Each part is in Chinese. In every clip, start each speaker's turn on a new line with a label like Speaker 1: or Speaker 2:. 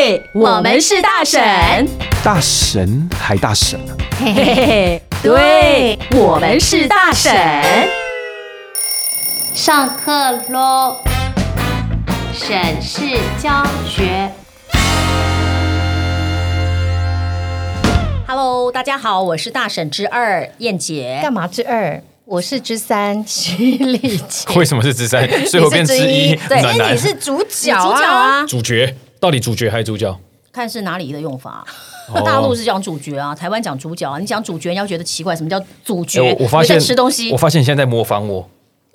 Speaker 1: 嘿，我们是大婶，
Speaker 2: 大神还大神啊！
Speaker 1: 嘿嘿嘿，对，我们是大婶。
Speaker 3: 上课喽！沈氏教学，
Speaker 1: Hello，大家好，我是大婶之二燕姐。
Speaker 4: 干嘛之二？我是之 三，徐丽 琴。
Speaker 5: 为什么是之 三？最后变之一，
Speaker 1: 对
Speaker 5: 暖男
Speaker 4: 哎主角
Speaker 1: 主角啊，
Speaker 5: 主角，到底主角还是主角？
Speaker 1: 看是哪里的用法。
Speaker 5: 哦
Speaker 1: 大陆是讲主角啊，台湾讲主角啊。你讲主角，人家觉得奇怪，什么叫主角？
Speaker 5: 哎我我发
Speaker 1: 你
Speaker 5: 现
Speaker 1: 在吃东西
Speaker 5: 我，发现你现在在模仿我，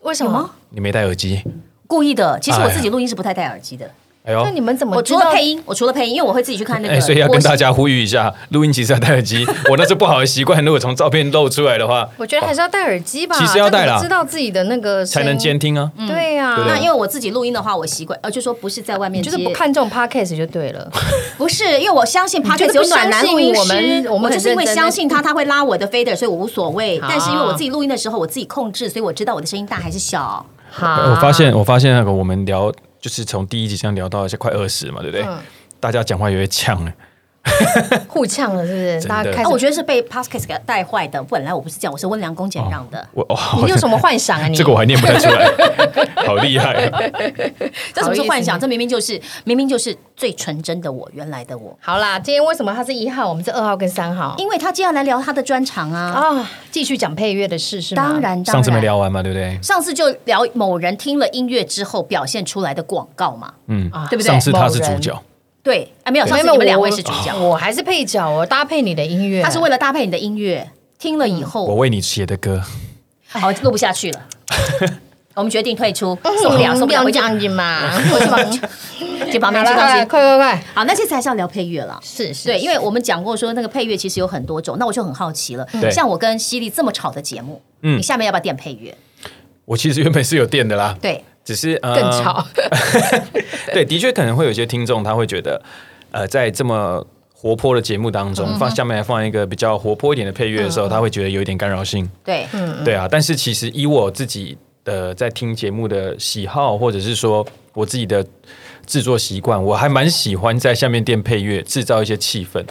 Speaker 4: 为什
Speaker 1: 有吗
Speaker 4: 么？
Speaker 5: 你没戴耳机。
Speaker 1: 故意的。其实我
Speaker 5: 哎呀
Speaker 1: 自己录音是不太戴耳机的，
Speaker 5: 哎呦
Speaker 4: 那，你们怎么
Speaker 1: 我
Speaker 4: 知
Speaker 1: 除了
Speaker 4: 道？
Speaker 1: 配音，我除了配音，因为我会自己去看那个
Speaker 5: 哎，
Speaker 1: 播。
Speaker 5: 所以要跟大家呼吁一下，录音其实要戴耳机。我那是不好的习惯，如果从照片露出来的话，
Speaker 4: 我觉得还是要戴耳机吧，
Speaker 5: 哦其实要戴啦
Speaker 4: 这样你知道自己的那个
Speaker 5: 才
Speaker 4: 声音嗯
Speaker 5: 能监。听啊。
Speaker 4: 对呀、
Speaker 5: 对
Speaker 1: 那
Speaker 5: 啊
Speaker 1: 因为我自己录音的话，我习惯，呃，就说不是在外面
Speaker 4: 你
Speaker 1: 接，
Speaker 4: 就是不看这种 podcast 就对了。
Speaker 1: 不是，因为我相信 p o d
Speaker 4: 就
Speaker 1: c a 有
Speaker 4: 是不
Speaker 1: 暖男
Speaker 4: 相信
Speaker 1: 录音师，
Speaker 4: 我们我们很
Speaker 1: 就是因为
Speaker 4: 认真地
Speaker 1: 相信他，他会拉我的 fader，所以我无所谓。
Speaker 4: 好
Speaker 1: 但是因为我自己录音的时候，我自己控制，所以我知道我的声音大还是小。
Speaker 4: 好，
Speaker 5: 呃我发现，我发现那个我们聊，就是从第一集这样聊到现在快二十嘛，对不对？大家讲话也会呛哎，
Speaker 4: 啊互呛了，是不是？
Speaker 5: 的
Speaker 4: 大家开
Speaker 1: 啊，
Speaker 4: 始，
Speaker 1: 我觉得是被 p o d c a s 给带坏的。本来我不是这样，我是温良恭俭让的。
Speaker 5: 我哦，好
Speaker 4: 你有
Speaker 5: 像
Speaker 4: 什么 幻想啊？你
Speaker 5: 这个我还念不太出来，好厉害啊！
Speaker 1: 这什么是
Speaker 4: 好意思
Speaker 1: 幻想？这明明就是明明就是最纯真的我，原来的我。
Speaker 4: 好啦，今天为什么他是一号，我们是二号跟三号？
Speaker 1: 因为他接下来聊他的专长啊，
Speaker 4: 啊，继续讲配乐的事是吗？
Speaker 1: 当，然，当
Speaker 5: 上次没
Speaker 1: 然。
Speaker 5: 聊完嘛，对不对？
Speaker 1: 上次就聊某人听了音乐之后表现出来的广告嘛，
Speaker 5: 嗯，
Speaker 4: 哦
Speaker 1: 对不对
Speaker 5: 上次他是
Speaker 4: 啊某
Speaker 5: 主
Speaker 4: 人
Speaker 5: 角，哦
Speaker 1: 对，啊，没有，上
Speaker 4: 没
Speaker 1: 次
Speaker 4: 有，
Speaker 1: 你
Speaker 4: 我
Speaker 1: 们两位是主角，
Speaker 4: 我还是配角，我搭配你的音乐。
Speaker 1: 他是为了搭配你的音乐，听了以
Speaker 5: 我
Speaker 1: 后，
Speaker 5: 为你写的歌。
Speaker 1: 好录不下去了，我们决定退出，受不
Speaker 5: 嗯
Speaker 1: 了，受不了，
Speaker 4: 不
Speaker 1: 回
Speaker 4: 要
Speaker 1: 去
Speaker 4: 这样 子嘛。
Speaker 1: 去旁
Speaker 4: 好
Speaker 1: 边吃东
Speaker 4: 了，快快
Speaker 1: 西。
Speaker 4: 快快，
Speaker 1: 好，那这次还是要聊配乐了。
Speaker 4: 是是，
Speaker 1: 对，因为我们讲过说那个配乐其实有很多种，那我就很好奇了。
Speaker 5: 嗯对
Speaker 1: 像我跟犀利这么吵的节目，
Speaker 5: 嗯
Speaker 1: 你下面要不要垫配乐？
Speaker 5: 我其实原本是有电的啦，
Speaker 1: 对，
Speaker 5: 只是、呃、
Speaker 4: 更吵。
Speaker 5: 对，的确可能会有些听众他会觉得，呃，在这么活泼的节目当
Speaker 4: 嗯
Speaker 5: 中，放下面来放一个比较活泼一点的配乐的时候，他会觉得有一点干扰性。
Speaker 1: 对，
Speaker 4: 嗯
Speaker 5: 对啊，但是其实以我自己的在听节目的喜好，或者是说我自己的制作习惯，我还蛮喜欢在下面垫配乐，制造一些气氛。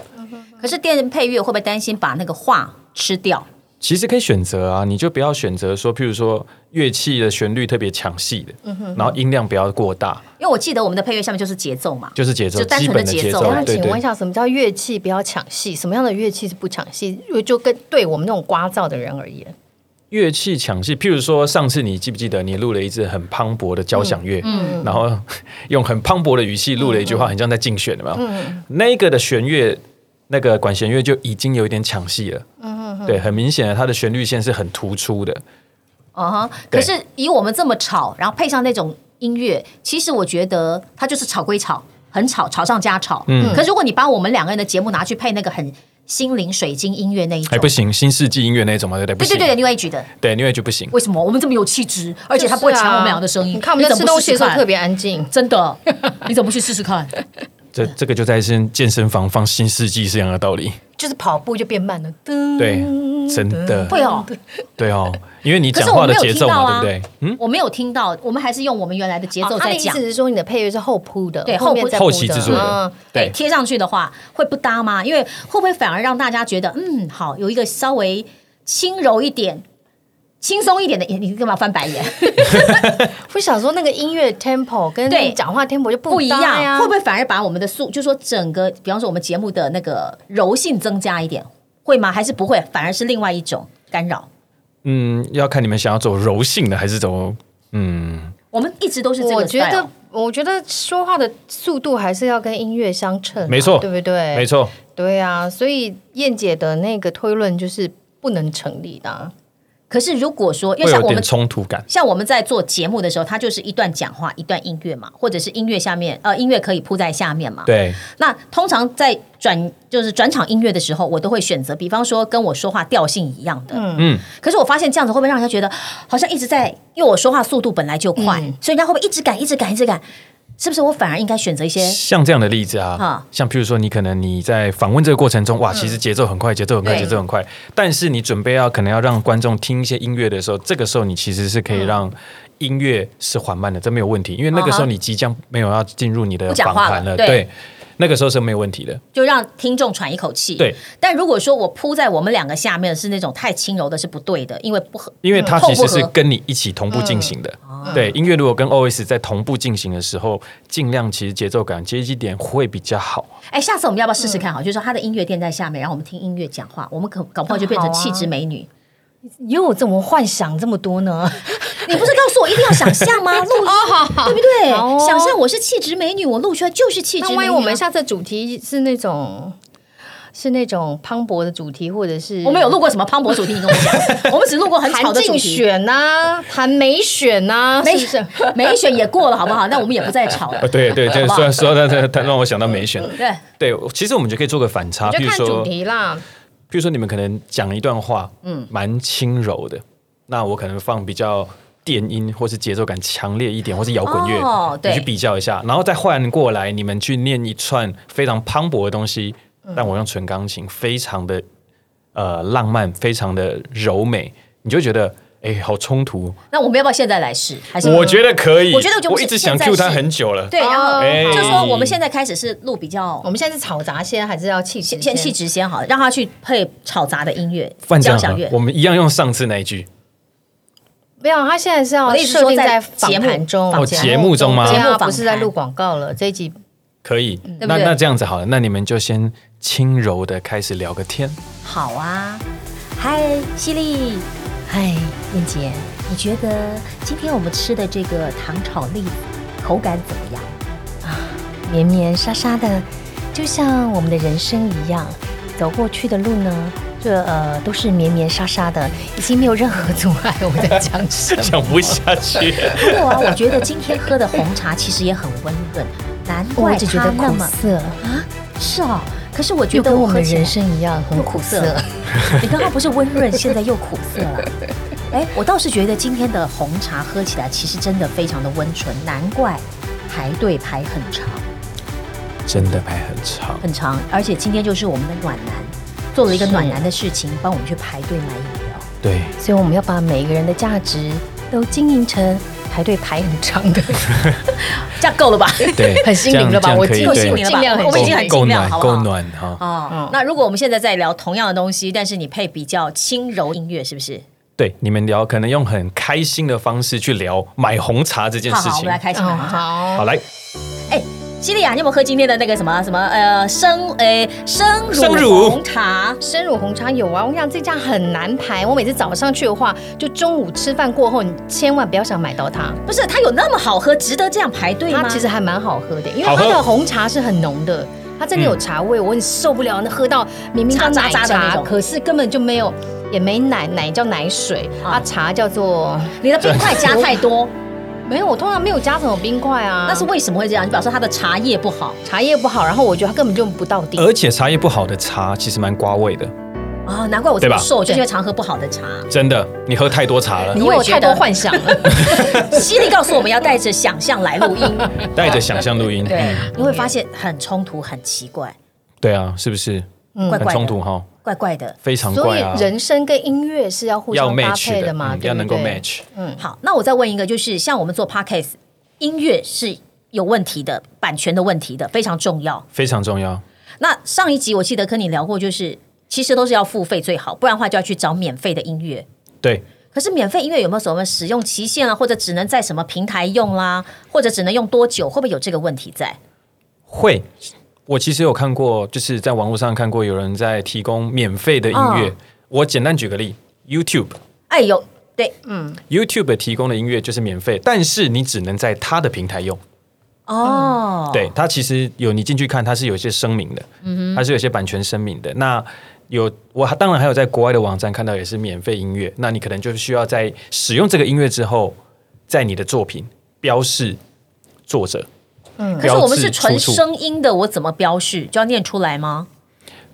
Speaker 1: 可是垫配乐会不会担心把那个话吃掉？
Speaker 5: 其实可以选择啊，你就不要选择说，譬如说乐器的旋律特别抢戏的，
Speaker 4: 嗯
Speaker 5: 然后音量不要过大，
Speaker 1: 因为我记得我们的配乐下面就是节奏嘛，
Speaker 5: 就是节奏
Speaker 1: 就单
Speaker 5: 基
Speaker 1: 纯
Speaker 5: 本
Speaker 1: 的
Speaker 5: 的
Speaker 1: 节
Speaker 5: 节
Speaker 1: 奏
Speaker 5: 奏
Speaker 1: 哦
Speaker 4: 那。
Speaker 5: 对
Speaker 4: 请问
Speaker 5: 对
Speaker 4: 一。下，什么叫乐器不要抢戏？什么样的乐器是不抢戏？就跟对我们那种聒噪的人而言，
Speaker 5: 乐器抢戏，譬如说上次你记不记得你录了一支很磅礴的交响乐，
Speaker 1: 嗯
Speaker 5: 然后用很磅礴的语气录了一句话，很像在竞选的
Speaker 1: 嗯
Speaker 5: 嘛。那个的弦乐，那个管弦乐就已经有一点抢戏了。
Speaker 1: 嗯
Speaker 5: 对，很明显的，它的旋律线是很突出的。
Speaker 1: 啊哈！可
Speaker 5: 对
Speaker 1: 是以我们这么吵，然后配上那种音乐，其实我觉得它就是吵归吵，很吵，吵上加吵。嗯，可如果你把我们两个人的节目拿去配那个很心灵水晶音乐那一
Speaker 5: 哎，
Speaker 1: 种，
Speaker 5: 不行，新世纪音乐那种嘛，对不对？不
Speaker 1: 对
Speaker 5: 行
Speaker 1: 对对，另外一局的，
Speaker 5: 对，因为就不行。
Speaker 1: 为什么我们这么有气质，而且它不会抢我们俩的声音？
Speaker 4: 啊你看我们在
Speaker 1: 你
Speaker 4: 吃
Speaker 1: 怎么
Speaker 4: 东
Speaker 1: 不
Speaker 4: 西
Speaker 1: 试
Speaker 4: 的
Speaker 1: 试
Speaker 4: 时候
Speaker 1: 看
Speaker 4: 特别安静。
Speaker 1: 真的，你怎么不去试试看？
Speaker 5: 这
Speaker 1: 嗯
Speaker 5: 这个就在健健身房放新世纪是一样的道理。
Speaker 4: 就是跑步就变慢了，噔啊
Speaker 5: 对，真的，
Speaker 1: 嗯会哦，
Speaker 5: 对哦，因为 你
Speaker 1: 可
Speaker 5: 讲
Speaker 1: 是我
Speaker 5: 话的
Speaker 1: 没有
Speaker 5: 节
Speaker 1: 听
Speaker 5: 奏
Speaker 1: 到
Speaker 5: 嘛，对
Speaker 1: 啊，
Speaker 5: 不对？嗯，
Speaker 1: 我没有听到，我们还是用我们原来的节奏
Speaker 4: 哦他
Speaker 1: 在
Speaker 4: 的意
Speaker 1: 讲
Speaker 4: 思。是说，你的配乐是后铺的，
Speaker 1: 对
Speaker 4: 后面
Speaker 1: 后
Speaker 4: 再
Speaker 5: 后
Speaker 4: 铺
Speaker 5: 期
Speaker 4: 的
Speaker 5: 制作的
Speaker 4: 嗯，
Speaker 1: 对，
Speaker 5: 对。
Speaker 1: 贴上去的话会不搭吗？因为会不会反而让大家觉得，嗯，好，有一个稍微轻柔一点、轻松一点的，你你干嘛翻白眼？
Speaker 4: 我想说那个音乐 tempo 跟
Speaker 1: 对
Speaker 4: 你讲话 tempo 就
Speaker 1: 不一
Speaker 4: 搭呀
Speaker 1: 样，会不会反而把我们的速，就说整个，比方说我们节目的那个柔性增加一点，会吗？还是不会？反而是另外一种干扰。
Speaker 5: 嗯，要看你们想要走柔性的还是走嗯，
Speaker 1: 我们一直都是这
Speaker 4: 我
Speaker 1: 个
Speaker 4: 觉
Speaker 1: style，
Speaker 4: 得，我觉得说话的速度还是要跟音乐相称啊，
Speaker 5: 没错
Speaker 4: 对不对？
Speaker 5: 没，错，
Speaker 4: 对啊，所以燕姐的那个推论就是不能成立的啊。
Speaker 1: 可是如果说，因为
Speaker 5: 会有
Speaker 1: 像我
Speaker 5: 点
Speaker 1: 们
Speaker 5: 冲突感。
Speaker 1: 像我们在做节目的时候，它就是一段讲话，一段音乐嘛，或者是音乐下面，呃，音乐可以铺在下面嘛。
Speaker 5: 对，
Speaker 1: 那通常在转就是转场音乐的时候，我都会选择，比方说跟我说话调性一样的。嗯
Speaker 5: 嗯
Speaker 1: 可是我发现这样子会不会让人家觉得好像一直在，因为我说话速度本来就快，
Speaker 4: 嗯
Speaker 1: 所以人家会不会一直赶、一直赶、一直赶？是不是我反而应该选择一些？
Speaker 5: 像这样的例子啊
Speaker 1: 哈，嗯
Speaker 5: 像譬如说，你可能你在访问这个过程中，哇，其实节奏很快，节奏很快，
Speaker 1: 对
Speaker 5: 节奏很快。但是你准备要可能要让观众听一些音乐的时候，这个时候你其实是可以让音乐是缓慢的，这没有问题，因为那个
Speaker 1: 嗯
Speaker 5: 时
Speaker 1: 啊哈
Speaker 5: 候你即将没有要进入你的
Speaker 1: 不讲
Speaker 5: 访
Speaker 1: 话
Speaker 5: 谈
Speaker 1: 了
Speaker 5: 了。
Speaker 1: 对
Speaker 5: 对，那个时候是没有问题的。
Speaker 1: 就让听众喘一口气。
Speaker 5: 对，
Speaker 1: 但如果说我扑在我们两个下面是那种太轻柔的，是不对的，因为不合。
Speaker 5: 因为它
Speaker 1: 嗯
Speaker 5: 其实
Speaker 1: 透不
Speaker 5: 是
Speaker 1: 合
Speaker 5: 跟你一起同步进行的，
Speaker 4: 嗯
Speaker 5: 对音乐如果跟 OS 在同步进行的时候，尽量其实节奏感接近点会比较好。
Speaker 1: 哎，下次我们要不要试试
Speaker 4: 嗯
Speaker 1: 看？好，就是说他的音乐垫在下面，然后我们听音乐讲话，我们可搞不好就变成
Speaker 4: 好啊
Speaker 1: 气质美女。
Speaker 4: 哟，怎么幻想这么多 呢？
Speaker 1: 你不是告诉我一定要想象 吗？录对不对？
Speaker 4: 哦好哦
Speaker 1: 想象我是气质美女，我录出来就是气质美
Speaker 4: 那
Speaker 1: 女啊。
Speaker 4: 万一我们下次主题是那种是那种磅礴的主题，或者是
Speaker 1: 我们有录过什么磅礴主题？你跟我讲，我们只录过很吵
Speaker 4: 韩
Speaker 1: 的主
Speaker 4: 竞
Speaker 1: 题。
Speaker 4: 选呐、韩美选呐、
Speaker 1: 没
Speaker 4: 是不是？
Speaker 5: 啊
Speaker 1: 没选也过了，好不好？那我们也不再吵了
Speaker 5: 呃，。对对
Speaker 1: 好
Speaker 5: 对，
Speaker 1: 不好
Speaker 5: 虽然说但是但让我想到美选，
Speaker 1: 对，
Speaker 5: 对，其实我们就可以做个反差，
Speaker 4: 就
Speaker 5: 比如
Speaker 4: 看
Speaker 5: 说
Speaker 4: 主题啦。
Speaker 5: 譬如说你们可能讲一段话，嗯，蛮轻柔的，那我可能放比较电音或是节奏感强烈一点，或是摇滚乐，
Speaker 1: 哦对
Speaker 5: 你去比较一下，然后再换过来，你们去念一串非常磅礴的东西，
Speaker 1: 嗯
Speaker 5: 但我用纯钢琴，非常的呃浪漫，非常的柔美，你就会觉得。哎、好冲突！
Speaker 1: 那我们要不要现在来试？还是
Speaker 5: 我觉得可以，
Speaker 1: 我觉得我就不
Speaker 5: 一直
Speaker 1: 现
Speaker 5: 想
Speaker 1: 在
Speaker 5: Q 他
Speaker 1: 是
Speaker 5: 很久了。
Speaker 1: 对，
Speaker 4: 哦
Speaker 1: 然后
Speaker 5: 哎
Speaker 1: 就说我们现在开始是录比较
Speaker 4: 我们现在是吵杂先，还是要气质？
Speaker 1: 先气。质先好了，让他去配吵杂的音乐
Speaker 5: 范
Speaker 1: 交
Speaker 5: 讲
Speaker 1: 响乐。
Speaker 5: 我们一样用上次那一句，
Speaker 4: 没有，他现在是
Speaker 1: 我
Speaker 4: 要
Speaker 1: 的意思是
Speaker 4: 设
Speaker 1: 说
Speaker 4: 定
Speaker 1: 在
Speaker 4: 访
Speaker 1: 节目
Speaker 4: 谈中，
Speaker 1: 访
Speaker 5: 哦节目中吗
Speaker 4: 对
Speaker 1: 节目
Speaker 4: 啊，
Speaker 1: 访谈
Speaker 4: 不是在录广告了。这一集
Speaker 5: 可以。
Speaker 1: 不嗯
Speaker 5: 那
Speaker 1: 对
Speaker 5: 那这样子好了，那你们就先轻柔的开始聊个天。
Speaker 1: 好啊，嗨，犀利，
Speaker 4: 哎，燕姐，
Speaker 1: 你觉得今天我们吃的这个糖炒栗子口感怎么样？
Speaker 4: 绵绵沙沙的，就像我们的人生 一样，走过去的路呢，这呃都是绵绵沙沙的，已经没有任何阻碍。我在讲什么？
Speaker 5: 讲不下去。
Speaker 1: 不过啊，我觉得今天喝的红茶其实也很温润，难
Speaker 4: 我
Speaker 1: 怪
Speaker 4: 只觉
Speaker 1: 它
Speaker 4: 得
Speaker 1: 那
Speaker 4: 苦
Speaker 1: 么
Speaker 4: 涩，
Speaker 1: 是哦。可是我觉
Speaker 4: 就
Speaker 1: 得
Speaker 4: 跟我
Speaker 1: 喝
Speaker 4: 们
Speaker 1: 起来
Speaker 4: 人生一样，很
Speaker 1: 又苦
Speaker 4: 苦涩
Speaker 1: 涩。 你刚刚不是温润，现在又苦涩了。 哎，我倒是觉得今天的红茶喝起来其实真的非常的温醇，难怪排队排很长
Speaker 5: 真的排很长，
Speaker 1: 很长。而且今天就是我们的暖男做了一个暖男的事情，帮我们去排队买饮料。
Speaker 5: 对，
Speaker 4: 所以我们要把每个人的价值都经营成排队排很长 的，
Speaker 1: 这样够了吧？
Speaker 5: 对
Speaker 4: 很心灵了吧？我
Speaker 5: 这
Speaker 4: 尽
Speaker 5: 样
Speaker 1: 够
Speaker 5: 这
Speaker 1: 心
Speaker 5: 样可以
Speaker 1: 灵了
Speaker 4: 尽
Speaker 1: 吧
Speaker 4: 量很
Speaker 1: 我们已经
Speaker 4: 心
Speaker 1: 很
Speaker 4: 灵
Speaker 5: 够
Speaker 1: 尽量
Speaker 5: 暖，
Speaker 1: 好不好
Speaker 5: 够暖哈。
Speaker 1: 哦，那如果我们现在在聊同样的东西，但是你配比较轻柔音乐，是不是？
Speaker 5: 对，你们聊可能用很开心的方式去聊买红茶这件
Speaker 1: 好
Speaker 5: 事
Speaker 1: 嗯好，我
Speaker 5: 情
Speaker 1: 们来。开始啊吧。
Speaker 4: 哦好
Speaker 5: 好，来，
Speaker 1: 西利亚，你有没有喝今天的那个什么什么呃生诶生
Speaker 5: 生
Speaker 1: 乳
Speaker 5: 乳
Speaker 1: 红茶？
Speaker 4: 生乳红茶有啊，我想这家很难排。我每次早上去的话，就中午吃饭过后，你千万不要想买到它。
Speaker 1: 不是，它有那么好喝，值得这样排队吗？
Speaker 4: 它其实还蛮好喝的，因为
Speaker 5: 好喝
Speaker 4: 它的红茶是很浓的，它真的有茶味，我很受不了。那喝到明明叫
Speaker 1: 茶渣嗯
Speaker 4: 奶
Speaker 1: 渣
Speaker 4: 茶，
Speaker 1: 的那种
Speaker 4: 可是根本就没有，也没奶，奶叫奶水，啊，茶叫做
Speaker 1: 你的冰块加太 多，
Speaker 4: 没有。我通常没有加什么冰块啊，
Speaker 1: 那是为什么会这样？你表示它的茶叶不好
Speaker 4: 茶叶不好，然后我觉得它根本就不到
Speaker 1: 呃
Speaker 4: 底。
Speaker 5: 而且茶叶不好的茶其实蛮刮味的，
Speaker 1: 啊、难怪我这
Speaker 5: 对
Speaker 1: 么
Speaker 5: 吧
Speaker 1: 瘦，就是
Speaker 4: 对
Speaker 1: 因为常喝不好的茶。
Speaker 5: 真的，你喝太多茶了
Speaker 4: 你，
Speaker 1: 我
Speaker 4: 有
Speaker 1: 也觉
Speaker 4: 太
Speaker 1: 得
Speaker 4: 多幻想了，
Speaker 1: 犀利告诉我们要带着想象来录音，
Speaker 5: 带着想象录音。
Speaker 1: 对
Speaker 5: 嗯，
Speaker 1: 你会发现很冲突，很奇怪，
Speaker 5: 对啊，是不是？
Speaker 1: 怪
Speaker 5: 很
Speaker 1: 怪
Speaker 5: 冲突
Speaker 1: 的，
Speaker 5: 哈，
Speaker 1: 怪怪的。
Speaker 5: 非常
Speaker 4: 所
Speaker 5: 怪
Speaker 4: 以
Speaker 5: 啊。
Speaker 4: 人生跟音乐是要互
Speaker 5: 要
Speaker 4: 相搭
Speaker 5: match
Speaker 4: 配
Speaker 5: 的
Speaker 4: 的嘛，
Speaker 5: 嗯
Speaker 4: 对
Speaker 5: 要
Speaker 4: 不
Speaker 5: 能够
Speaker 4: 对
Speaker 5: match。
Speaker 1: 好，那我再问一个，就是像我们做 podcast，音乐是有问题的，版权的问题的，非常重要。
Speaker 5: 非常重要。
Speaker 1: 那上一集我记得跟你聊过，就是其实都是要付费最好，不然的话就要去找免费的音乐。
Speaker 5: 对，
Speaker 1: 可是免费音乐有没有什么使用期限啊？或者只能在什么平台用啦、或者只能用多久？会不会有这个问题在？
Speaker 5: 会。我其实有看过，就是在网络上看过有人在提供免费的音乐。
Speaker 1: 嗯
Speaker 5: 我简单举个例，YouTube。
Speaker 1: 哎呦，对
Speaker 5: YouTube 提供的音乐就是免费，但是你只能在它的平台用。
Speaker 1: 哦，嗯
Speaker 5: 对，它其实有你进去看，它是有一些声明的，它是有一些版权声明的。那有我当然还有在国外的网站看到也是免费音乐，那你可能就需要在使用这个音乐之后，在你的作品标示作者。嗯，
Speaker 1: 可是我们是纯声音的，我怎么标示？就要念出来吗？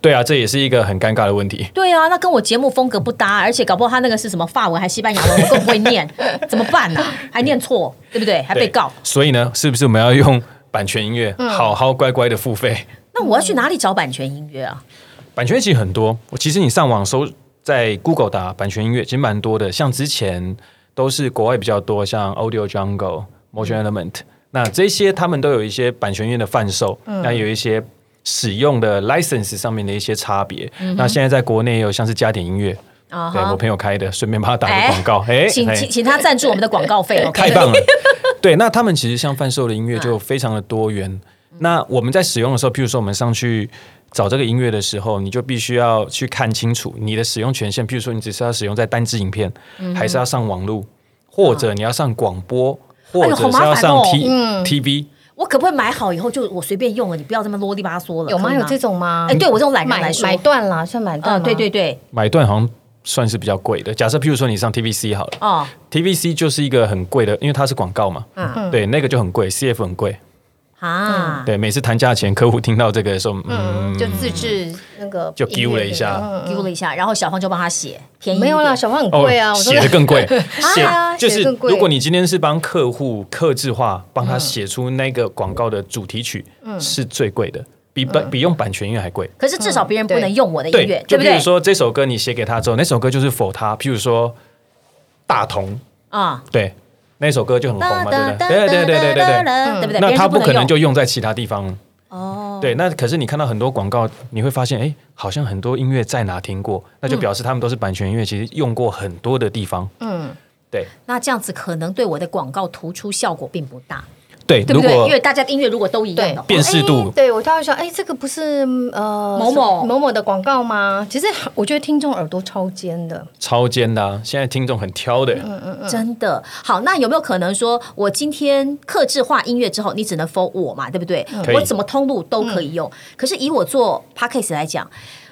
Speaker 5: 对啊，这也是一个很尴尬的问题。
Speaker 1: 对啊，那跟我节目风格不搭，而且搞不好他那个是什么法文还是西班牙文，我更不会念，怎么办呢、还念错，对不对？还被
Speaker 5: 对
Speaker 1: 告。嗯
Speaker 5: 所以呢，是不是我们要用版权音乐，好好乖乖的付费？
Speaker 1: 那我要去哪里找版权音乐啊？
Speaker 5: 版权其实很多，我其实你上网搜，在 Google 打版权音乐，其实蛮多的。像之前都是国外比较多，像 Audio Jungle、Motion Element，那这些他们都有一些版权院的贩售，
Speaker 1: 嗯
Speaker 5: 那有一些使用的 license 上面的一些差别。那现在在国内也有像是加点音乐，
Speaker 1: 嗯啊
Speaker 5: 对
Speaker 1: 哈
Speaker 5: 我朋友开的，顺便帮他打个广告。哎，
Speaker 1: 请
Speaker 5: 哎
Speaker 1: 请请他赞助我们的广告费
Speaker 5: 太
Speaker 1: ，OK？
Speaker 5: 哦棒了。对，那他们其实像贩售的音乐
Speaker 1: 嗯
Speaker 5: 就非常的多元。那我们在使用的时候，譬如说我们上去找这个音乐的时候，你就必须要去看清楚你的使用权限。譬如说，你只是要使用在单支影片，
Speaker 1: 嗯
Speaker 5: 还是要上网络，或者你要上广播，或
Speaker 1: 哎呦
Speaker 5: 者
Speaker 1: 好
Speaker 5: 是
Speaker 1: 麻
Speaker 5: 要
Speaker 1: 烦
Speaker 5: 上
Speaker 1: 哦
Speaker 5: T TV。
Speaker 1: 我可不可以买好以后就我随便用了？你不要这么啰里吧嗦了，
Speaker 4: 有吗？
Speaker 1: 可以
Speaker 4: 有这？种吗？
Speaker 1: 哎，对我这种懒人
Speaker 4: 买
Speaker 1: 来说
Speaker 4: 买，断啦，算买断
Speaker 1: 嗯，
Speaker 4: 吗
Speaker 1: 对对对，
Speaker 5: 买断好像算是比较贵的。假设譬如说你上 TVC 好了
Speaker 1: 哦，
Speaker 5: ，TVC 就是一个很贵的，因为它是广告嘛，
Speaker 1: 嗯
Speaker 5: 对，那个就很贵，CF 很贵。
Speaker 1: 啊，
Speaker 5: 对，每次谈价钱，客户听到这个的时候，嗯，
Speaker 4: 就自制那个
Speaker 5: 就
Speaker 4: 音乐
Speaker 5: 丢了一下
Speaker 4: 的嗯
Speaker 1: 丢了一下，然后小芳就帮他写，便宜一
Speaker 4: 没有啦，
Speaker 1: 点
Speaker 4: 小芳很贵啊，我说
Speaker 5: 哦写的更贵，写
Speaker 4: 啊
Speaker 5: 就是
Speaker 4: 写得更贵
Speaker 5: 如果你今天是帮客户克制化，帮他写出那个广告的主题曲，
Speaker 4: 嗯
Speaker 5: 是最贵的，比版比用版权音乐还贵。
Speaker 1: 可是至少别人不
Speaker 4: 对
Speaker 1: 能用我的音乐
Speaker 5: 对，，
Speaker 1: 嗯对
Speaker 5: 就
Speaker 1: 不
Speaker 5: 比如
Speaker 1: 对？
Speaker 5: 说这首歌你写给他之后，那首歌就是否他，譬如说大同，
Speaker 1: 啊，
Speaker 5: 对，那首歌就很红嘛，对不对？对对对
Speaker 1: 对
Speaker 5: 对对对。
Speaker 1: 不对？别
Speaker 5: 那
Speaker 1: 人
Speaker 5: 他不可能
Speaker 1: 用
Speaker 5: 就用在其他地方，
Speaker 1: 哦，
Speaker 5: 对。那可是你看到很多广告，你会发现，哎，好像很多音乐在哪听过，那就表示他们都是版权音乐，其实用过很多的地方。
Speaker 4: 嗯，
Speaker 5: 对
Speaker 1: 那这样子可能对我的广告突出效果并不大，
Speaker 5: 对，
Speaker 1: 对
Speaker 5: 如
Speaker 1: 不对？
Speaker 5: 果
Speaker 1: 因为大家的音乐如果都一样的话，
Speaker 5: 辨识度
Speaker 4: 哎对我倒会说，哎，这个不是嗯呃
Speaker 1: 某某
Speaker 4: 某某的广告吗？其实我觉得听众耳朵超尖的，
Speaker 5: 超尖的、啊，现在听众很挑的。
Speaker 1: 嗯真的好，那有没有可能说，我今天克制化音乐之后，你只能 for 我嘛，对不对？
Speaker 5: 可以
Speaker 1: 我怎么通路都可以用。可是以我做 p a c k a g e 来讲，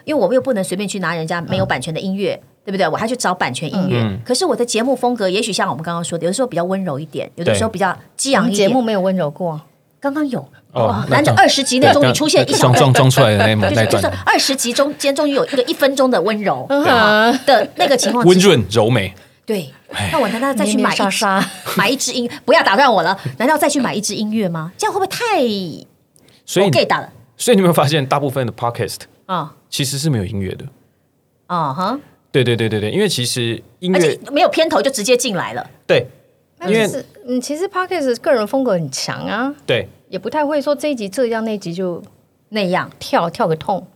Speaker 1: 因为我们又不能随便去拿人家没有版权的音乐。
Speaker 5: 嗯
Speaker 1: 对不对？我还去找版权音乐，可是我的节目风格也许像我们刚刚说的，有的时候比较温柔一点，有的时候比较激
Speaker 4: 我
Speaker 1: 昂
Speaker 4: 们
Speaker 1: 一
Speaker 4: 节
Speaker 1: 点。
Speaker 4: 目没有温柔过，
Speaker 1: 刚刚有
Speaker 5: 哦
Speaker 1: 哇
Speaker 5: 那
Speaker 1: 难得
Speaker 5: 这样
Speaker 1: 二十集内终于出现一小
Speaker 5: 装装装出来的那一
Speaker 1: 就是
Speaker 5: 那一
Speaker 1: 就是
Speaker 5: 段，
Speaker 1: 二十集中间终于有一个一分钟的温 柔啊的那个情况之
Speaker 5: 嗯温
Speaker 1: 下，
Speaker 5: 润柔美，
Speaker 1: 对，那我难道再去
Speaker 4: 绵绵
Speaker 1: 买一
Speaker 4: 沙 沙
Speaker 1: 买一支音？不要打断我了，难道再去买一支音乐吗？这样会不会太
Speaker 5: 所以
Speaker 1: gay 打了？
Speaker 5: 所以你有没有发现，大部分的 podcast
Speaker 1: 啊
Speaker 5: 其实是没有音乐的？
Speaker 1: 啊哈！
Speaker 5: 对对对对对，因为其实音
Speaker 1: 而
Speaker 5: 乐
Speaker 1: 且没有片头就直接进来了，
Speaker 5: 对，
Speaker 4: 那
Speaker 5: 因为
Speaker 4: 就是嗯，其实 p o d c a s t 个人风格很强啊，
Speaker 5: 对
Speaker 4: 也不太会说这一集这样，那一集就
Speaker 1: 那样
Speaker 4: 跳跳个痛。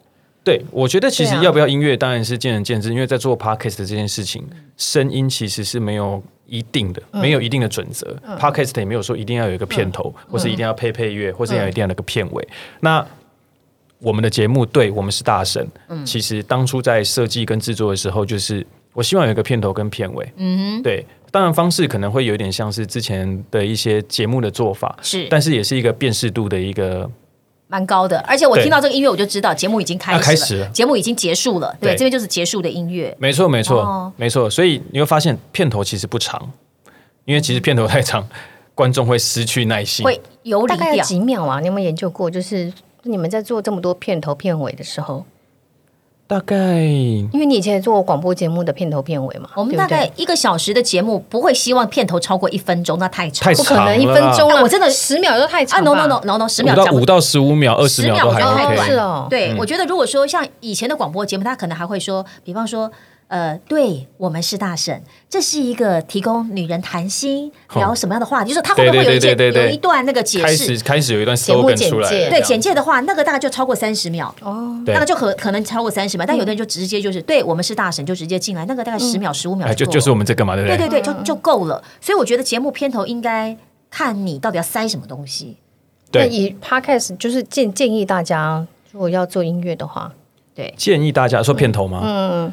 Speaker 5: 对，我觉得其实
Speaker 4: 对啊
Speaker 5: 要不要音乐当然是见仁见智，因为在做 podcast 这件事情，声音其实是没有一定的，没有一定的准则。podcast 也没有说一定要有一个片头，或是一定要配配乐，或是要有一定要有一个片尾。那我们的节目，对我们是大神。其实当初在设计跟制作的时候，就是我希望有一个片头跟片尾。嗯哼，对。当然，方式可能会有点像是之前的一些节目的做法，
Speaker 1: 是
Speaker 5: 但是也是一个辨识度的一个
Speaker 1: 蛮高的。而且我
Speaker 5: 对
Speaker 1: 听到这个音乐，我就知道节目已经开始了，
Speaker 5: 啊开始了
Speaker 1: 节目已经结束了。对，
Speaker 5: 对
Speaker 1: 这边就是结束的音乐。
Speaker 5: 没错，没错，
Speaker 1: 哦
Speaker 5: 没错。所以你会发现片头其实不长，因为其实片头太
Speaker 4: 嗯
Speaker 5: 长，观众会失去耐心。
Speaker 1: 会游离
Speaker 4: 大概有
Speaker 1: 掉，
Speaker 4: 几秒啊？你有没有研究过？就是你们在做这么多片头片尾的时候，
Speaker 5: 大概
Speaker 4: 因为你以前也做过广播节目的片头片尾嘛，
Speaker 1: 我们
Speaker 4: 对
Speaker 1: 大
Speaker 4: 不对
Speaker 1: 概一个小时的节目，不会希望片头超过一分钟，那太长。
Speaker 5: 太
Speaker 4: 不
Speaker 5: 长
Speaker 4: 可能一分钟啊
Speaker 1: 哎
Speaker 4: 了，
Speaker 1: 我真的
Speaker 4: 十秒都太
Speaker 1: 啊
Speaker 4: 长吧
Speaker 1: ，no no no no no，十秒
Speaker 5: 五
Speaker 1: 讲
Speaker 5: 到
Speaker 1: 不
Speaker 5: 五到十五秒、二十
Speaker 1: 10
Speaker 5: 秒都还
Speaker 1: 秒
Speaker 4: 哦
Speaker 1: 太
Speaker 5: OK。嗯
Speaker 1: 短
Speaker 4: 是哦，
Speaker 1: 对，我觉得如果说像以前的广播节目，他可能还会说，比方说。呃，对我们是大神，这是一个提供女人谈心聊什么样的话题，就是他后面会有一
Speaker 5: 对对对对
Speaker 1: 些
Speaker 5: 对
Speaker 1: 有一段那个解
Speaker 5: 开
Speaker 1: 释
Speaker 5: 始。开始有一段
Speaker 4: 节目
Speaker 5: slogan
Speaker 4: 简
Speaker 5: 出来了，
Speaker 4: 介
Speaker 5: 这
Speaker 1: 对
Speaker 5: 样
Speaker 1: 简介的话，那个大概就超过三十秒，
Speaker 4: 哦，
Speaker 5: 对
Speaker 1: 那个就可可能超过三十秒，但有的人就直接就是，对我们是大神，就直接进来，那个大概十秒、十五秒
Speaker 5: 哎，就
Speaker 1: 够
Speaker 5: 就是
Speaker 1: 了
Speaker 5: 我们这个嘛，对不
Speaker 1: 对
Speaker 5: 对？
Speaker 1: 对对，就就够了。所以我觉得节目片头应该看你到底要塞什么东西。
Speaker 4: 那
Speaker 5: 对
Speaker 4: 以 podcast 就是建建议大家，如果要做音乐的话，
Speaker 5: 建议大家说片头吗？嗯，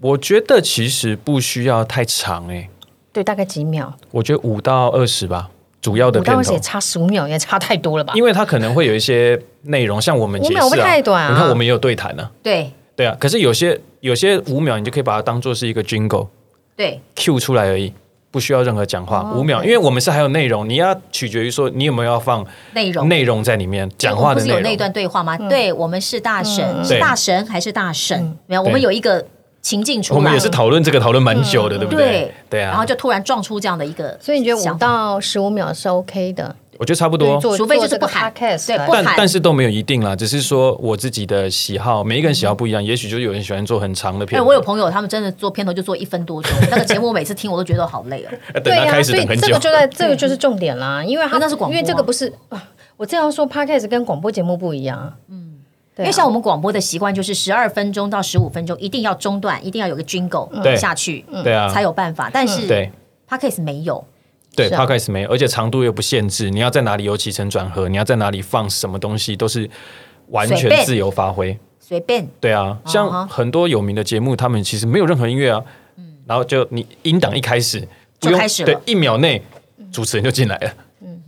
Speaker 5: 我觉得其实不需要太长诶、
Speaker 4: 对，大概几秒，
Speaker 5: 我觉得五到二十吧，主要的
Speaker 4: 我
Speaker 5: 片
Speaker 4: 当时
Speaker 5: 头
Speaker 4: 也。差十五秒，也差太多了吧？
Speaker 5: 因为它可能会有一些内容，像我们
Speaker 4: 五
Speaker 5: 解释
Speaker 4: 秒会不会太短啊
Speaker 5: 你看我们也有对谈呢、
Speaker 1: 对
Speaker 5: 对啊，可是有些有些五秒，你就可以把它当做是一个 jingle
Speaker 1: 对，
Speaker 5: Q 出来而已，不需要任何讲
Speaker 1: 哦
Speaker 5: 话。五、秒，因为我们是还有内容，你要取决于说你有没有要放
Speaker 1: 内容
Speaker 5: 内容在里面，讲话
Speaker 1: 不
Speaker 5: 的
Speaker 1: 是
Speaker 5: 内
Speaker 1: 有那
Speaker 5: 容。
Speaker 1: 段对话吗？
Speaker 4: 嗯
Speaker 1: 对我们是大神，是
Speaker 5: 对
Speaker 1: 大神还是大神？没有，我们
Speaker 5: 对
Speaker 1: 有一个情境出来，嗯
Speaker 5: 我们也是讨论这个讨论蛮久的，对不对
Speaker 1: 对？
Speaker 5: 对啊，
Speaker 1: 然后就突然撞出这样的一个想法，
Speaker 4: 所以你觉得五到十五秒是 OK 的？
Speaker 5: 我我觉得差不多。
Speaker 1: 除非就是不喊对不
Speaker 5: 但
Speaker 1: 喊
Speaker 5: 但是都没有一定啦，只是说我自己的喜好，每一个人喜好不一样，也许就是有人喜欢做很长的
Speaker 1: 嗯
Speaker 5: 片
Speaker 1: 哎，
Speaker 5: 头，
Speaker 1: 我有朋友，他们真的做片头就做一分多钟，那个节目我每次听我都觉得好累哦。
Speaker 5: 等他开始
Speaker 4: 啊所以
Speaker 5: 等很
Speaker 4: 这
Speaker 5: 久嗯
Speaker 4: 个。就在这个就是重点啦，因为它
Speaker 1: 因为那是广播啊
Speaker 4: 因为这个不是，啊我这样说 podcast 跟广播节目不一样，嗯， 对
Speaker 1: 因
Speaker 4: 啊、
Speaker 1: 为像我们广播的习惯就是十二分钟到十五分钟一定要中断，一定要有个 jingle
Speaker 5: 对
Speaker 1: 下去，
Speaker 4: 嗯
Speaker 5: 对啊
Speaker 1: 嗯才有嗯办法。但是
Speaker 5: 对
Speaker 1: podcast 没有，
Speaker 5: 对
Speaker 4: 是啊
Speaker 5: ，podcast 没有，而且长度又不限制，你要在哪里有起承转合，你要在哪里放什么东西，都是完
Speaker 1: 随
Speaker 5: 全
Speaker 1: 便嗯
Speaker 5: 自由发挥。
Speaker 1: 随便
Speaker 5: 对啊，像很多有名的节目，他们其实没有任何音乐啊，然后就你音档一开始不
Speaker 1: 嗯
Speaker 5: 用
Speaker 1: 开始了嗯
Speaker 5: 对，一秒内主持人就进来了，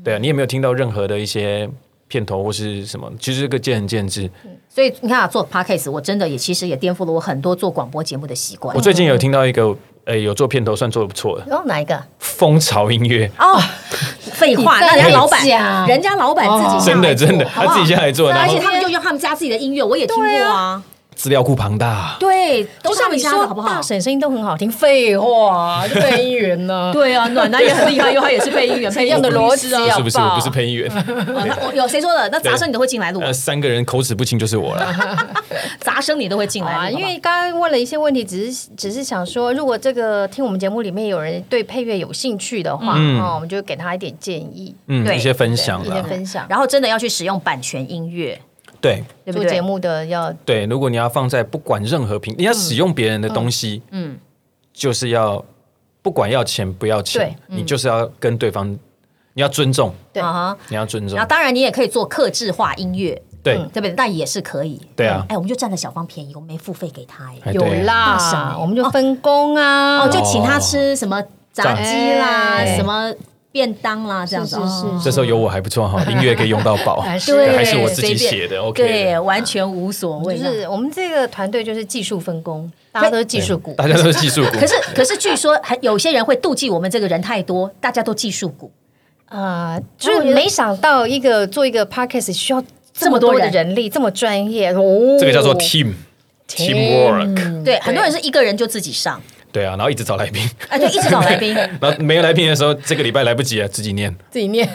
Speaker 5: 对啊，你也没有听到任何的一些片头或是什么，其实这个见仁见智。
Speaker 1: 所以你看啊，做 podcast，我真的也其实也颠覆了我很多做广播节目的习惯
Speaker 5: 我。最近有听到一个，呃，有做片头算做的不错的，
Speaker 4: 然哦后哪一个？
Speaker 5: 蜂巢音乐，
Speaker 1: 哦，废话，
Speaker 4: 你
Speaker 1: 那
Speaker 4: 在
Speaker 1: 人家老板
Speaker 4: 讲，
Speaker 1: 人家老板自己下
Speaker 5: 真
Speaker 1: 来
Speaker 5: 的
Speaker 1: 做
Speaker 5: 真的，
Speaker 1: 好不好
Speaker 5: 他自己下来做，
Speaker 1: 对啊
Speaker 5: 然
Speaker 1: 而
Speaker 5: 后
Speaker 1: 且他们就用他们家自己的音乐，我也听过啊，
Speaker 5: 资料库庞大，啊
Speaker 1: 对，啊都是他们家的，好不
Speaker 4: 大
Speaker 1: 好？
Speaker 4: 婶声音都很好听，废 话，就配音员呢，
Speaker 1: 对啊，暖男也很厉害，因为他也是配音 员，配
Speaker 4: 一样的逻辑
Speaker 5: 不
Speaker 4: 啊
Speaker 5: 是不是，我不是配 音员，
Speaker 1: 哦那我有谁说的？那杂声你都会进来录，啊
Speaker 5: 呃，三个人口齿不清就是我了，
Speaker 1: 杂声你都会进
Speaker 4: 好啊，
Speaker 1: 来录，
Speaker 4: 因
Speaker 1: 好不
Speaker 4: 为刚刚问了一些问题，只是只是想说，如果这个听我们节目里面有人对配乐有兴趣的话，
Speaker 5: 嗯
Speaker 4: 哦，我们就给他一点建议，
Speaker 5: 嗯，
Speaker 1: 对
Speaker 5: 一些分享
Speaker 4: 一些
Speaker 5: 啦，
Speaker 4: 分享
Speaker 1: 好。然后真的要去使用版权音乐，
Speaker 5: 哎对。啊
Speaker 1: 对不
Speaker 4: 做
Speaker 1: 对？
Speaker 4: 节目的要
Speaker 5: 对，如果你要放在不管任何平，你要使用别人的东西，嗯，就是要不管要钱不要钱
Speaker 4: 对，
Speaker 5: 你就是要跟对方，你要尊重，
Speaker 4: 对
Speaker 1: 啊哈。
Speaker 5: 你要尊重
Speaker 1: 然后，当嗯然你也可以做克制化音乐，
Speaker 5: 对
Speaker 1: 对不对？那也是可以。
Speaker 5: 嗯对啊
Speaker 1: 哎，我们就占了小芳便宜，我们没付费给他哎。
Speaker 5: 哎
Speaker 4: 有
Speaker 5: 对
Speaker 1: 大赏
Speaker 4: 啦
Speaker 1: 欸，
Speaker 4: 我们就分工啊，
Speaker 1: 哦，就请他吃什么炸鸡啦，
Speaker 4: 哎
Speaker 1: 什么便当啦，这样子。
Speaker 4: 是是
Speaker 1: 哦
Speaker 5: 这时候有我还不错哈，音乐可以用到饱，
Speaker 4: 还是
Speaker 1: 对，
Speaker 5: 还是我自
Speaker 1: 随
Speaker 5: 己
Speaker 1: 便
Speaker 5: 写的，OK
Speaker 1: 对，
Speaker 5: 的。
Speaker 1: 完全无所谓。
Speaker 4: 就是我们这个团队就是技术分工，啊大家都是技术股，
Speaker 5: 大家都是技术股，
Speaker 1: 可是可是，据说还有些人会妒忌我们这个人太多，大家都技术股。
Speaker 4: 啊，就是没想到一个做一个 podcast 需要这么多的人力，这么专业哦，
Speaker 5: 这个叫做 team teamwork，
Speaker 4: 嗯
Speaker 1: 对，很多人是一个人就自己上，
Speaker 5: 对啊，然后一直找来宾，
Speaker 1: 哎，就一直找来 宾。
Speaker 5: 然后没有来宾的时候，这个礼拜来不及了，自己念，
Speaker 4: 自己 念。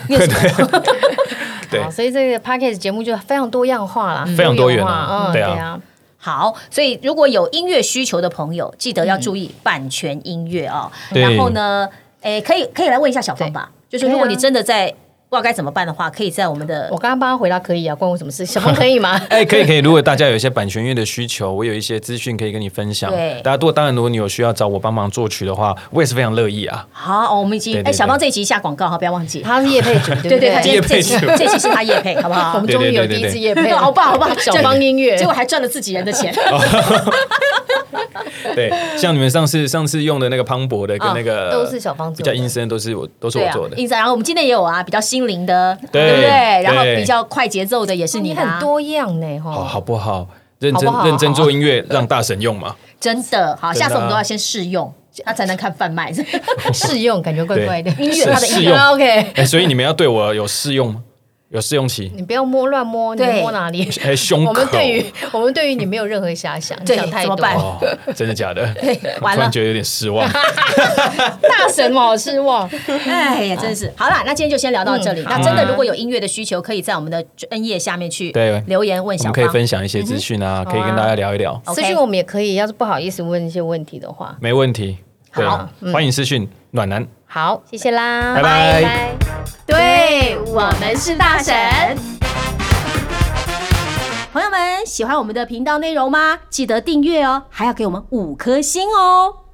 Speaker 5: 对
Speaker 4: 好，所以这个 podcast 节目就非常多样化啦，
Speaker 5: 非常多元啊
Speaker 4: 化，嗯
Speaker 5: 对
Speaker 4: 对
Speaker 5: 啊
Speaker 4: 啊，
Speaker 1: 好，所以如果有音乐需求的朋友，记得要注
Speaker 4: 嗯
Speaker 1: 意版权音乐哦。
Speaker 5: 对
Speaker 1: 然后呢，诶，可以可以来问一下小芳吧，就是如果
Speaker 4: 可以啊
Speaker 1: 你真的在不知道该怎么办的话，可以在我们的
Speaker 4: 我刚刚帮他回答可以啊，关我什么事？小芳可以吗？
Speaker 5: 哎，可以可以，如果大家有一些版权乐的需求，我有一些资讯可以跟你分享。
Speaker 1: 对
Speaker 5: 大家如果当然，如果你有需要找我帮忙作曲的话，我也是非常乐 意啊。
Speaker 1: 好，我们已经
Speaker 5: 对对
Speaker 1: 哎，
Speaker 5: 对
Speaker 1: 小芳这一集下广告哈，不要忘记。
Speaker 4: 他是叶佩主，对不
Speaker 1: 对对，他
Speaker 4: 对
Speaker 1: 今天这集
Speaker 5: 业配
Speaker 1: 这集是他夜配，好不
Speaker 4: 我
Speaker 1: 好
Speaker 4: 们？终于有
Speaker 5: 对对对
Speaker 4: 第
Speaker 5: 对
Speaker 4: 一 次叶佩
Speaker 1: 对，
Speaker 4: 了，哦
Speaker 1: 好棒好棒，
Speaker 4: 小芳音 乐
Speaker 1: 结果还赚了自己人的钱。
Speaker 5: 对，像你们上次上次用的那个磅礴的跟
Speaker 1: 啊
Speaker 5: 那个、
Speaker 4: 都是小方
Speaker 5: 比
Speaker 4: 做
Speaker 5: 较
Speaker 4: 的
Speaker 5: 阴森，都是我都 是
Speaker 1: 对
Speaker 5: 我
Speaker 1: 啊
Speaker 5: 做的。
Speaker 1: 因此然后我们今天也有啊，比较心灵的，
Speaker 5: 对
Speaker 1: 不对？然后
Speaker 5: 对
Speaker 1: 比较快节奏的也是
Speaker 4: 你
Speaker 1: 的啊嗯
Speaker 4: 很多样呢，
Speaker 5: 好
Speaker 4: 哈，
Speaker 5: 哦好不好？认真
Speaker 4: 好不好
Speaker 5: 认真做音乐，让大神用嘛。
Speaker 1: 真的好，
Speaker 5: 真的
Speaker 1: 下
Speaker 5: 啊
Speaker 1: 次我们都要先试用，他才能看贩 卖。
Speaker 4: 试用感觉怪怪的，
Speaker 1: 音乐它的
Speaker 5: 试
Speaker 1: 音
Speaker 5: 试
Speaker 1: 乐啊
Speaker 5: 用。
Speaker 4: OK，
Speaker 5: 哎，所以你们要对我有试用吗？有试用 期？
Speaker 4: 你不要摸乱摸，你
Speaker 1: 对
Speaker 4: 摸哪里？
Speaker 5: 哎，胸口。
Speaker 4: 我们对于我们对于你没有任何 遐想，
Speaker 1: 对
Speaker 4: 想太
Speaker 1: 怎么
Speaker 4: 多。
Speaker 1: 办
Speaker 5: 哦，真的 假的？我
Speaker 1: 完
Speaker 5: 突
Speaker 1: 了
Speaker 5: 然觉得有点失 望。
Speaker 4: 大神嘛，好失望。
Speaker 1: 哎呀，真是好啦，那今天就先聊到这里。
Speaker 4: 嗯
Speaker 1: 那真
Speaker 5: 好
Speaker 1: 的，
Speaker 5: 啊
Speaker 1: 如果有音乐的需求，可以在我们的专业下面去
Speaker 5: 对
Speaker 1: 留言问
Speaker 5: 我
Speaker 1: 小
Speaker 5: 们可以
Speaker 1: 芳。
Speaker 5: 分享一些资讯
Speaker 1: 嗯
Speaker 5: 啊，可以
Speaker 4: 好
Speaker 5: 跟
Speaker 4: 啊
Speaker 5: 大家聊一聊，
Speaker 1: OK
Speaker 4: 私讯我们也可以，要是不好意思问一些问题的话，
Speaker 5: 没问题。对啊
Speaker 1: 好，
Speaker 5: 欢迎私讯暖男。
Speaker 4: 好，谢谢啦，
Speaker 5: 嗯拜拜
Speaker 3: 对，我们是大神。
Speaker 1: 朋友们，喜欢我们的频道内容吗？记得订阅哦，还要给我们五颗星哦。